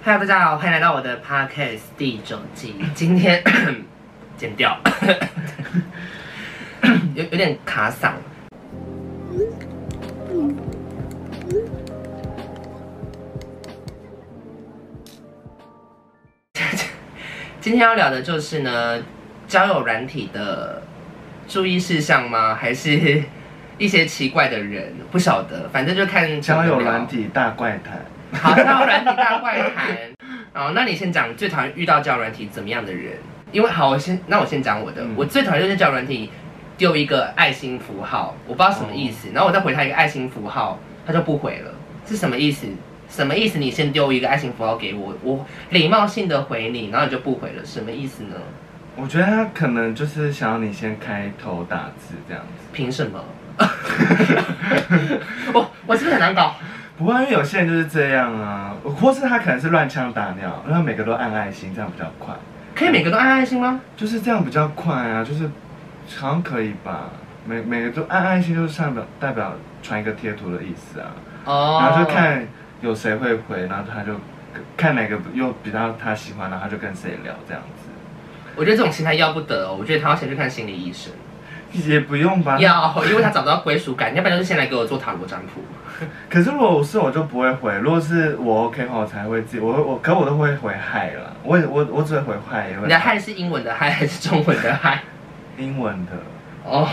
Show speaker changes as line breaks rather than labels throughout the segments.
嗨，大家好，欢迎来到我的 podcast 第九集。今天剪掉， 有有点卡嗓。 今天要聊的就是呢，交友软体的注意事项吗？还是一些奇怪的人？不晓得，反正就看怎么
交友
聊
软体大怪谈，
好，交友软体大怪谈。好，那你先讲最讨厌遇到交友软体怎么样的人？因为好，我先那我先讲我的，
嗯
我最讨厌就是交友软体丢一个爱心符号，我不知道什么意
哦
思，然后我再回他一个爱心符号，他就不回了，是什么意思？什么意思？你先丢一个爱心符号给我，我礼貌性的回你，然后你就不回了，什么意思呢？
我觉得他可能就是想要你先开头打字这样子，
凭什么？ 我我是不是很难搞？
不过因为有些人就是这样啊，或是他可能是乱枪打鸟，让每个都按爱心，这样比较快，
可以每个都按爱心吗？
就是这样比较快啊，就是好像可以吧，每每个都按爱心，就是上表代表传一个贴图的意思啊，
哦
然后就看有谁会回，然后他就看哪个又比较他喜欢，然后他就跟谁聊这样子。
我觉得这种心态要不得、哦，我觉得他要先去看心理医生。
也不用吧，
要，因为他找不到归属感，要不然就是先来给我做塔罗占卜。
可是如果是我就不会回，如果是我 OK 的话，我才会自己我我可我都会回嗨啦，我也我我只会回嗨，也
你的
会
嗨是英文的嗨还是中文的嗨？
英文的，
哦，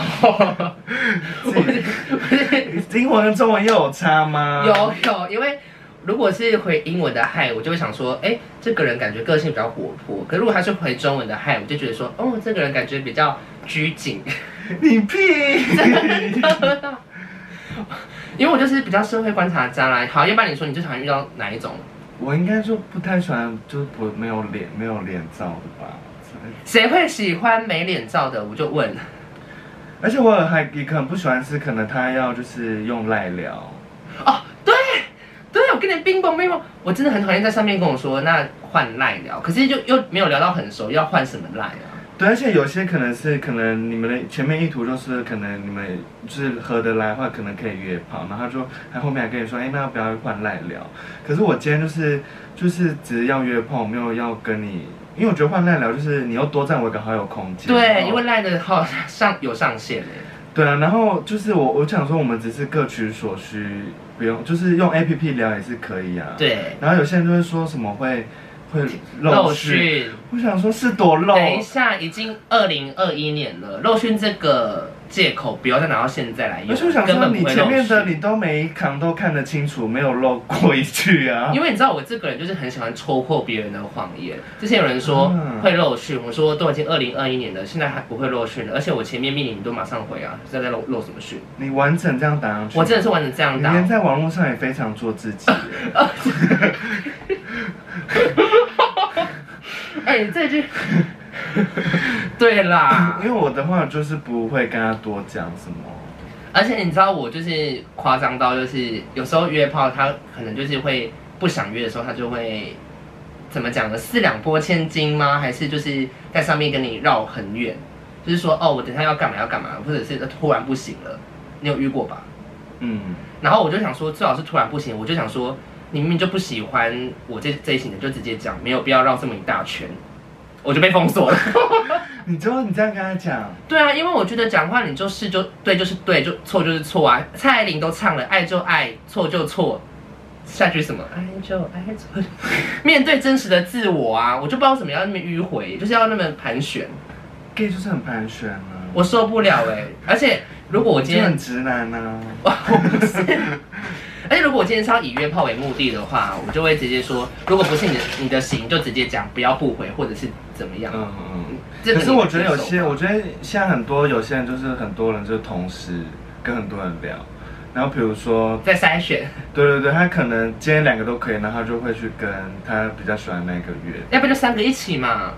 自己英文跟中文又有差吗？
有有，因为如果是回英文的嗨，我就会想说，哎、这个人感觉个性比较活泼。可如果他是回中文的嗨，我就觉得说，哦，这个人感觉比较拘谨。
你屁！
因为我就是比较社会观察家啦。好，要不然你说你最常遇到哪一种？
我应该说不太喜欢，就是不没有脸没有脸照的吧。
谁会喜欢没脸照的？我就问。
而且我还也很不喜欢是，可能他要就是用赖聊，
哦，对对，我跟你冰崩冰崩，我真的很讨厌在上面跟我说那换赖聊，可是就又没有聊到很熟，要换什么赖啊？
对，而且有些可能是可能你们的前面意图就是可能你们就是合得来的话，可能可以约炮，然后他就还后面还跟你说，哎，那要不要换赖聊？可是我今天就是就是只是要约炮，我没有要跟你，因为我觉得换赖聊就是你又多占我一个好友空间。然
对，
后
因为赖的号上有上限哎，
对啊，然后就是我我想说，我们只是各取所需，不用就是用 A P P 聊也是可以啊。。
对，
然后有些人就会说什么会会
肉
漏讯，
讯，
我想说是多漏，
等一下已经二零二一年了，肉讯这个借口不要再拿到现在来
而
用
且我，想
根
说，
本
你
不会
前面的
漏
你
讯。
都每一行都看得清楚，没有漏过一句啊。
因为你知道我这个人就是很喜欢戳破别人的谎言。之前有人说
嗯
会漏讯，我说都已经二零二一年了，现在还不会漏讯了，而且我前面命令你都马上回啊，现在在漏漏什么讯？
你完整这样打上去，
我真的是玩成这样
你
打，
连在网络上也非常做自己耶。
哎、这句，对啦
因，为我的话就是不会跟他多讲什么，
而且你知道我就是夸张到，就是有时候约炮，他可能就是会不想约的时候，他就会怎么讲呢？四两拨千斤吗？还是就是在上面跟你绕很远？就是说哦，我等一下要干嘛要干嘛，或者是呃突然不行了，你有遇过吧？
嗯，
然后我就想说，最好是突然不行，我就想说，你明明就不喜欢我这这一型的，就直接讲，没有必要绕这么一大圈，我就被封锁了。
你之后你这样跟他讲，
对啊，因为我觉得讲话你就是就对就是对，就错就是错啊。蔡依林都唱了，爱就爱，错就错，下句什么？爱就爱错就。 面对真实的自我啊，我就不知道怎么样那么迂回，就是要那么盘旋，
gay 就是很盘旋啊，
我受不了哎、而且如果我今
就
天
很，直男啊。
哇， 我不是。而且如果我今天是要以约炮为目的的话，我就会直接说，如果不是你的你的型，就直接讲不要不回，或者是怎么样。
嗯嗯。
这个
可是我觉得有
你可以接
些，
受吧
我觉得现在很多有些人就是很多人就是同时跟很多人聊，然后比如说
在筛选，
对对对，他可能今天两个都可以，然后他就会去跟他比较喜欢那个月。
要不就三个一起嘛。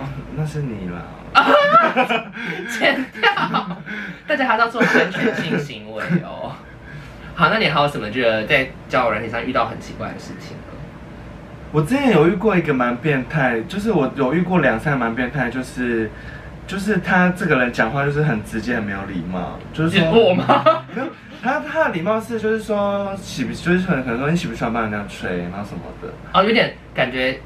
哦，那是你啦。
剪掉，大家还是要做安全性行为哦。好，那你还有什么觉得在交友软体上遇到很奇怪的事情呢？
我之前有遇过一个蛮变态，就是我有遇过两三个蛮变态，就是就是他这个人讲话就是很直接，很没有礼貌，就是
是
说
我吗？
没有他他的礼貌是就是说喜不就是很很多人喜不喜欢帮人家吹，然后什么的。
哦，有点感觉，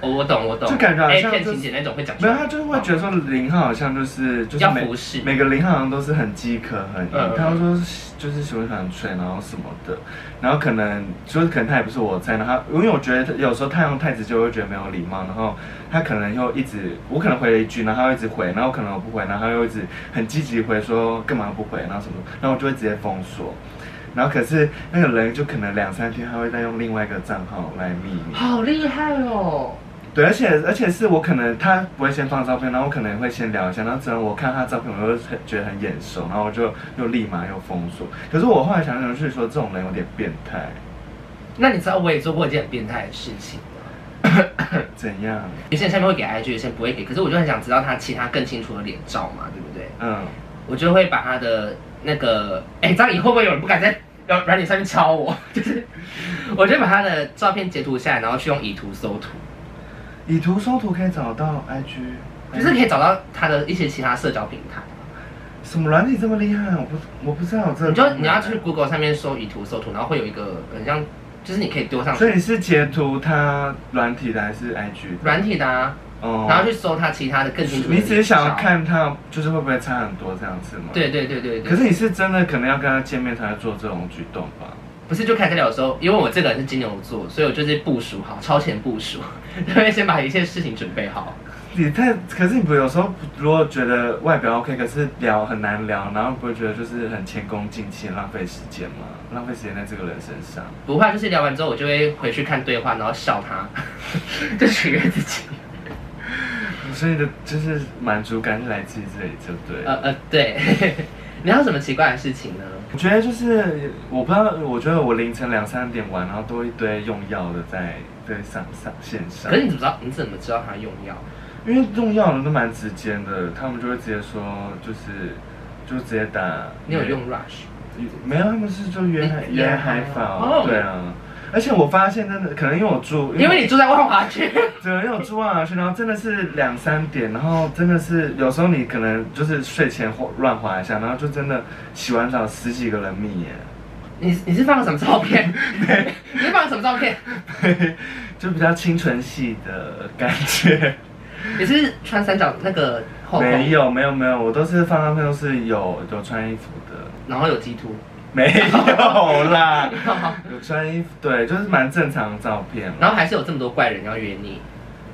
哦我懂我懂，
就感觉好像
A 片
就是
情节那种会讲出
没
来，
有，他就是会觉得说零号好像就是就是
要
每
服侍
每个零号好像都是很饥渴很
嗯嗯
硬，他们说是就是喜欢很吹，然后什么的，然后可能就是可能他也不是我菜，然后因为我觉得他有时候太阳太直接，我会觉得没有礼貌，然后他可能又一直我可能回了一句，然后他又一直回，然后可能我不回，然后他又一直很积极回说干嘛不回，然后什么，然后我就会直接封锁。然后可是那个人就可能两三天，他会再用另外一个账号来密你。
好厉害哦。
对，而且而且是我可能他不会先放照片，然后我可能会先聊一下，然后只要我看他照片，我就很觉得很眼熟，然后我就又立马又封锁。可是我后来想想是说，这种人有点变态，
那你知道我也做过一件很变态的事情吗？
怎样？
有些人下面会给 IG，有些人不会给，可是我就很想知道他其他更清楚的脸照嘛，对不对？
嗯，
我就会把他的那个，哎、这样以后会不会有人不敢在软软体上面敲我？ 就是，我就把他的照片截图下来，然后去用以图搜图，
以图搜图可以找到 IG，
就是可以找到他的一些其他社交平台。
什么软体这么厉害？我不我不知道有这个
你
功
就
能
你要去 Google 上面搜以图搜图，然后会有一个很像，就是你可以丢上
所以你是截图他软体的还是 IG 的？
软体的啊，
哦
然后去搜他其他的更清楚的
你只是想要
照。
看他就是会不会差很多这样子吗？。
对对对对对。
可是你是真的可能要跟他见面才会做这种举动吧？
不是就开始聊的时候，因为我这个人是金牛座，所以我就是部署好，超前部署， 就会先把一切事情准备好。
你太，可是你不有时候如果觉得外表 OK，可是聊很难聊，然后不会觉得就是很前功尽弃，浪费时间吗？浪费时间在这个人身上，
不怕，就是聊完之后，我就会回去看对话，然后笑他， 就取悦自己。
所以你的就是满足感是来自于这里，就对。
呃呃，对。 你还有什么奇怪的事情呢？
我觉得就是我不知道，我觉得我凌晨两三点玩，然后都一堆用药的在在上上线上
可，是你怎么知道？你怎么知道他用药？
因为用药的人都蛮直接的，他们就会直接说就是就直接打。
你有用 rush？
没有，他们是就约海
嗯
约海
哦
法，对啊。而且我发现真的，可能因为我住，
因为你住在万华区，
对，因为我住万华区，然后真的是两三点，然后真的是有时候你可能就是睡前滑乱滑一下，然后就真的洗完澡十几个人密耶，
你你是放了什么照 片？你是放了什么照片？
就比较清纯系的感 觉。
你是穿三角那个后空，
没有没有没有，我都是放照片都是有有穿衣服的，
然后有鸡突。
没有啦，有穿衣服，对，就是蛮正常的照片啦。
然后还是有这么多怪人要约你，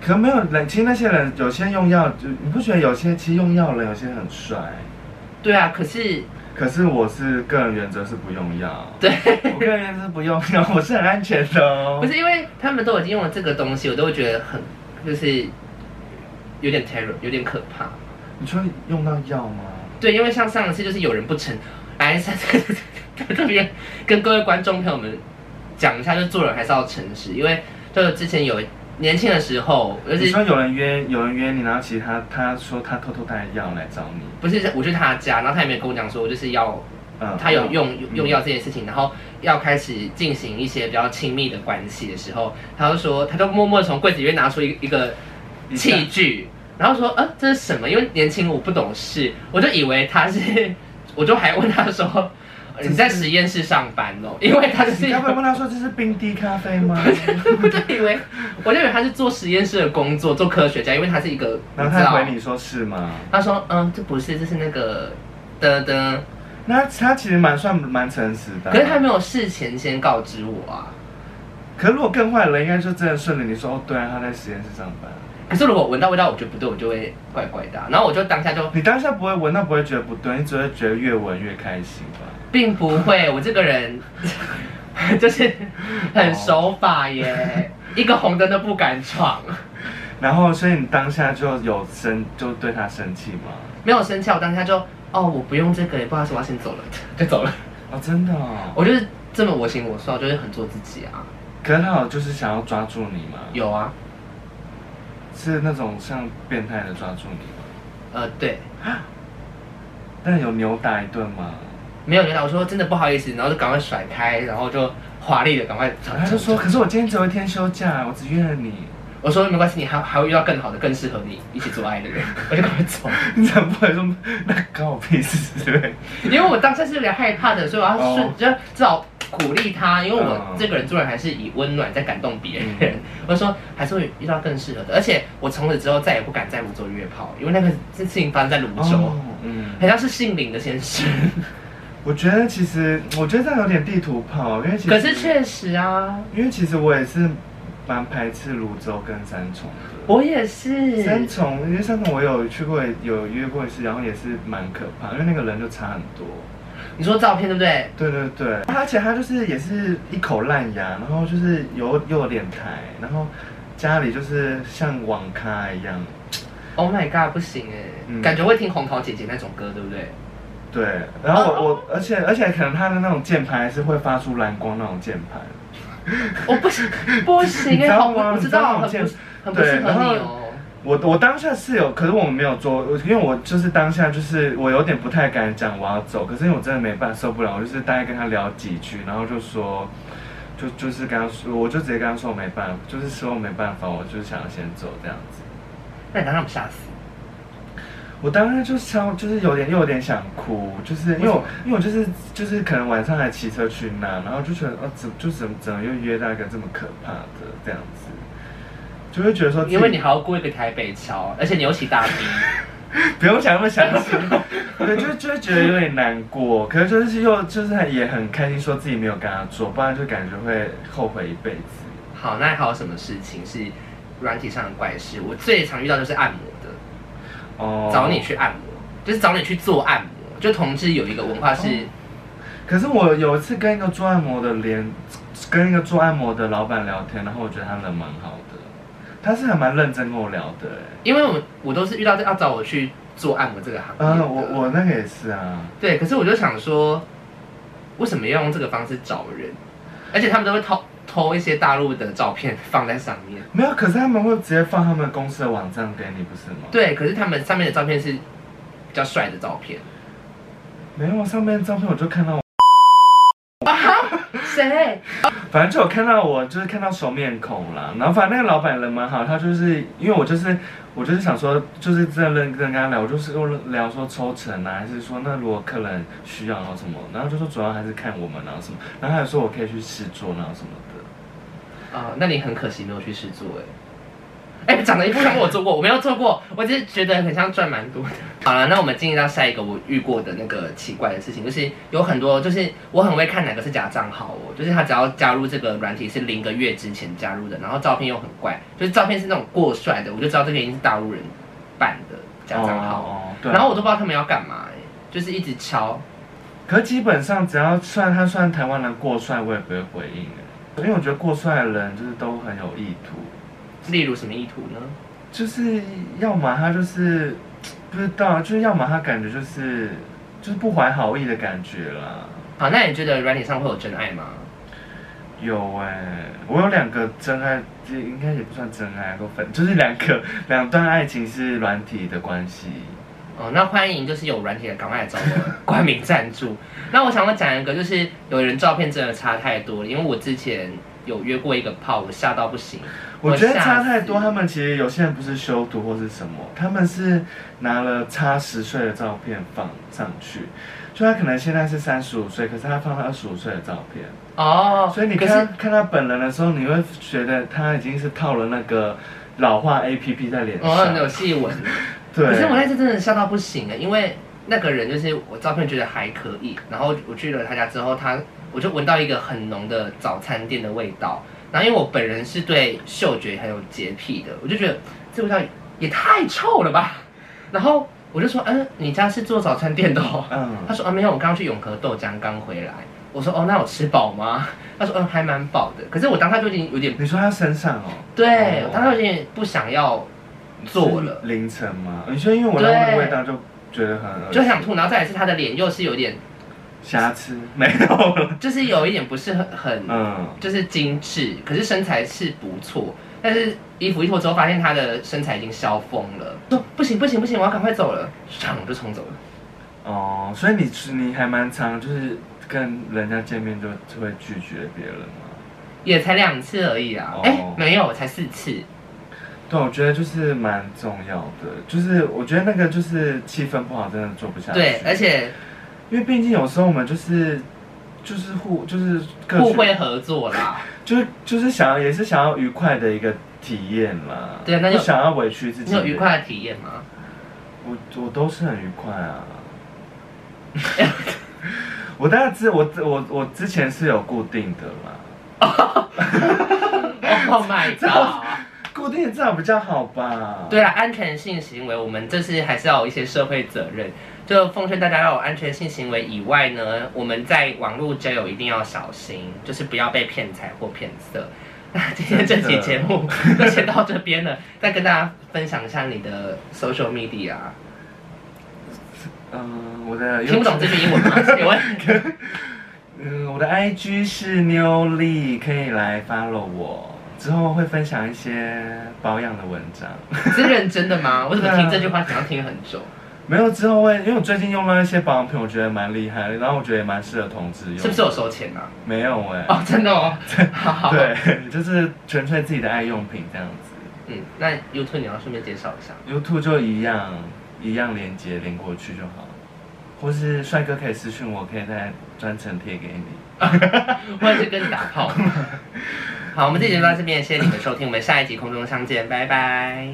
可没有人，其实那些人有些用药，就你不觉得有些其实用药人有些很帅，
对啊，可是
可是我是个人原则是不用药，
对，
我个人原则是不用药，我是很安全的哦。
不是因为他们都已经用了这个东西，我都会觉得很就是有点 terror，有点可怕。
你说你用到药吗？
对，因为像上次就是有人不成，哎，在这边跟各位观众朋友们讲一下，就做人还是要诚实，因为就之前有年轻的时候，而且
你说有人约有人约你，然后其实他他说他偷偷带药来找你，
不是我去他家，然后他也没有跟我讲说，我就是要
嗯
他有用用药这件事情，然后要开始进行一些比较亲密的关系的时候，他就说，他就默默地从柜子里面拿出一个一个
一下
器具，
嗯
然后说，呃，这是什么？因为年轻我不懂事，我就以为他是，我就还问他说，呃你在实验室上班哦？因为他就是
你该不会问他说这是冰滴咖啡吗？
我就以为，我就以为他是做实验室的工作，做科学家，因为他是一个，
然
知
后
道
他回你说是吗？
他说，嗯，这不是，这是那个。的的，
那他其实蛮算蛮诚实的啊、
可是他没有事前先告知我啊。
可如果更坏的人，应该就真的顺着你说哦，对啊，他在实验室上班。
可是如果闻到味道，我觉得不对，我就会怪怪的啊、然后我就当下就
你当下不会闻，那不会觉得不对，你只会觉得越闻越开心吧？
并不会，我这个人 就是很守法耶，一个红灯都不敢闯。
然后，所以你当下就有生，就对他生气吗？
没有生气，我当下就哦，我不用这个，也不好意思，我要先走了，就走了。
哦，真的哦。
我就是这么我行我素，我就是很做自己啊。
可是他有就是想要抓住你吗？
有啊，
是那种像变态的抓住你
呃，对，
吗？但有扭打一顿吗？
没有领导，我说真的不好意思，然后就赶快甩开，然后就华丽的赶快走。
他就说，可是我今天只有一天休假，我只约了你。
我说没关系，你还还会遇到更好的、更适合你一起做爱的人，我就赶快走。
你讲不来说那关我屁事之类。
因为我当下是有点害怕的，所以我要顺
哦
就至少鼓励他，因为我
嗯
这个人做人还是以温暖在感动别人。
嗯
我就说还是会遇到更适合的，而且我从此之后再也不敢在泸州约炮，因为那个事情发生在泸州，
哦，嗯。
好像是姓林的先生，
我觉得其实，我觉得这样有点地图炮，因为其实，
可是确实啊，
因为其实我也是蛮排斥泸州跟三重的。
我也是，
三重，因为三重我有去过，有约过一次，然后也是蛮可怕，因为那个人就差很多。
你说照片对不对？
对对对，而且他就是也是一口烂牙，然后就是有又有脸台，然后家里就是像网咖一样。
Oh my god，不行哎、
嗯
感觉会听红桃姐姐那种歌，对不 对？
对，然后我我，而且而且可能他的那种键盘是会发出蓝光那种键盘。
我不行，不行
你
哎、
知道
好不，
吗
我知
你知道
道，
那
很
种
不
见
很不适合
对然后
你哦。
我我当下是有，可是我没有做，因为我就是当下就是我有点不太敢讲我要走，可是因为我真的没办法受不了，我就是大概跟他聊几句，然后就说，就就是跟他说，我就直接跟他说我没办法，就是说我没办法，我就是想要先走这样子。
那你刚让我吓死。
我当时就超就是有点又有点想哭，就是因为我因为我就是就是可能晚上还骑车去那，然后就觉得哦怎就怎么怎么又约到一个这么可怕的这样子，就会觉得说自己
因为你还要过一个台北桥，而且你又骑大 B，
不用想那么详细， 对，就就会觉得有点难过，可是就是又就是也很开心，说自己没有跟他做，不然就感觉会后悔一辈子。
好，那还有什么事情是软体上的怪事？我最常遇到就是按摩的，
哦
找你去按摩，就是找你去做按摩。就同志有一个文化是，
哦可是我有一次跟一个做按摩的连，跟一个做按摩的老板聊天，然后我觉得他人蛮好的，他是还蛮认真跟我聊的、欸。
因为我我都是遇到要找我去做按摩这个行业
嗯、
的
我我那个也是啊，
对，可是我就想说，为什么要用这个方式找人？而且他们都会偷偷一些大陆的照片放在上面。
没有，可是他们会直接放他们公司的网站给你，不是吗？，
对，可是他们上面的照片是比较帅的照片。
没有啊上面照片我就看到我，
谁？
反正就有看到我就是看到熟面孔啦，然后反正那个老板人蛮好，他就是因为我就是我就是想说就是真的认真跟他聊，我就是跟我聊说抽成啊，还是说那如果客人需要然后什么，然后就说主要还是看我们然后什么，然后还有说我可以去试做然后什么的，
啊、那你很可惜没有去试做欸哎。哎，长得一副像我做过，我没有做过，我只是觉得很像赚蛮多的。好了，那我们进入到下一个我遇过的那个奇怪的事情，就是有很多，就是我很会看哪个是假账号哦，就是他只要加入这个软体是零个月之前加入的，然后照片又很怪，就是照片是那种过帅的，我就知道这个一定是大陆人办的假账号。
哦，对啊。
然后我都不知道他们要干嘛、哎，就是一直敲。
可基本上只要算他算台湾人过帅，我也不会回应的，因为我觉得过帅的人就是都很有意图，
例如什么意图呢？
就是要么他就是不知道，就是要么他感觉就是就是不怀好意的感觉啦。
好，那你觉得软体上会有真爱吗？
有哎、我有两个真爱，这应该也不算真爱，都分就是两个两段爱情是软体的关系。
哦，那欢迎就是有软体的赶快来找 我冠名赞助。那我想要讲一个，就是有人照片真的差太多了，因为我之前有约过一个炮，我吓到不行。
我觉得差太
我
多，
吓死
他们其实有些人不是修图或是什么，他们是拿了差十岁的照片放上去，就他可能现在是三十五岁，可是他放了二十五岁的照片。
哦，
所以你
可
看
是
他看他本人的时候，你会觉得他已经是套了那个老化 A P P 在脸上。
哦有细纹，
对，
可是我那次真的吓到不行了，欸因为那个人就是我照片觉得还可以，然后我去了他家之后，他我就闻到一个很浓的早餐店的味道，然后因为我本人是对嗅觉很有洁癖的，我就觉得这味道也太臭了吧，然后我就说，嗯，你家是做早餐店的哦。 他
嗯，
说啊没有，我刚刚去永和豆浆刚回来。我说哦，那我吃饱吗？ 他说嗯，还蛮饱的。可是我当时就已经有点
你说他身上哦，
对，
哦
我当时有点不想要做了。
是凌晨吗？你说因为我那个
对
味道就觉得很恶
就
心
想吐，然后再来是他的脸又是有点，
瑕疵没有了，
就是有一点不是很很，
嗯，
就是精致，可是身材是不错，但是衣服一脱之后发现他的身材已经消风了，说不行不行不行，我要赶快走了，上就冲走了。
哦，所以你你还蛮常就是跟人家见面就就会拒绝别人吗？
也才两次而已啊，
哦
哎、没有，才四次，
对，我觉得就是蛮重要的，就是我觉得那个就是气氛不好，真的做不下去。
对，而且
因为毕竟有时候我们就是就是互就是各
互
取
惠合作啦，
就是就是想要也是想要愉快的一个体验啦。
对啊那
不
就
想要委屈自己。
你有愉？快的体验 吗？
我我都是很愉快啊。 我大概知我我我之前是有固定的啦，
Oh my god！
固定的这样比较好吧？
对啊了，安全性行为，我们这是还是要有一些社会责任，就奉劝大家要有安全性行为以外呢，我们在网络交友一定要小心，就是不要被骗财或骗色。那今天这期节目就先到这边了，再跟大家分享一下你的 social media。
嗯、我的
听不懂这句英文吗？请问
嗯，我的 IG 是妞丽，可以来 follow 我。之后会分享一些保养的文章，
是认真的吗？我怎么
对啊
听这句话想要听很久？
没有之后会，因为我最近用到一些保养品，我觉得蛮厉害的，然后我觉得也蛮适合同志用。
是不是有收钱啊？
没有哎、
哦，真的哦。好好，
对， 就是纯粹自己的爱用品这样子。
嗯，那 YouTube 你要顺便介绍一下。
YouTube 就一样，一样连接连过去就好。或是帅哥可以私讯我，可以再专程贴给你。
或者是跟你打炮。好，我们这集就到这边，谢谢你们收听，我们下一集空中相见，拜拜。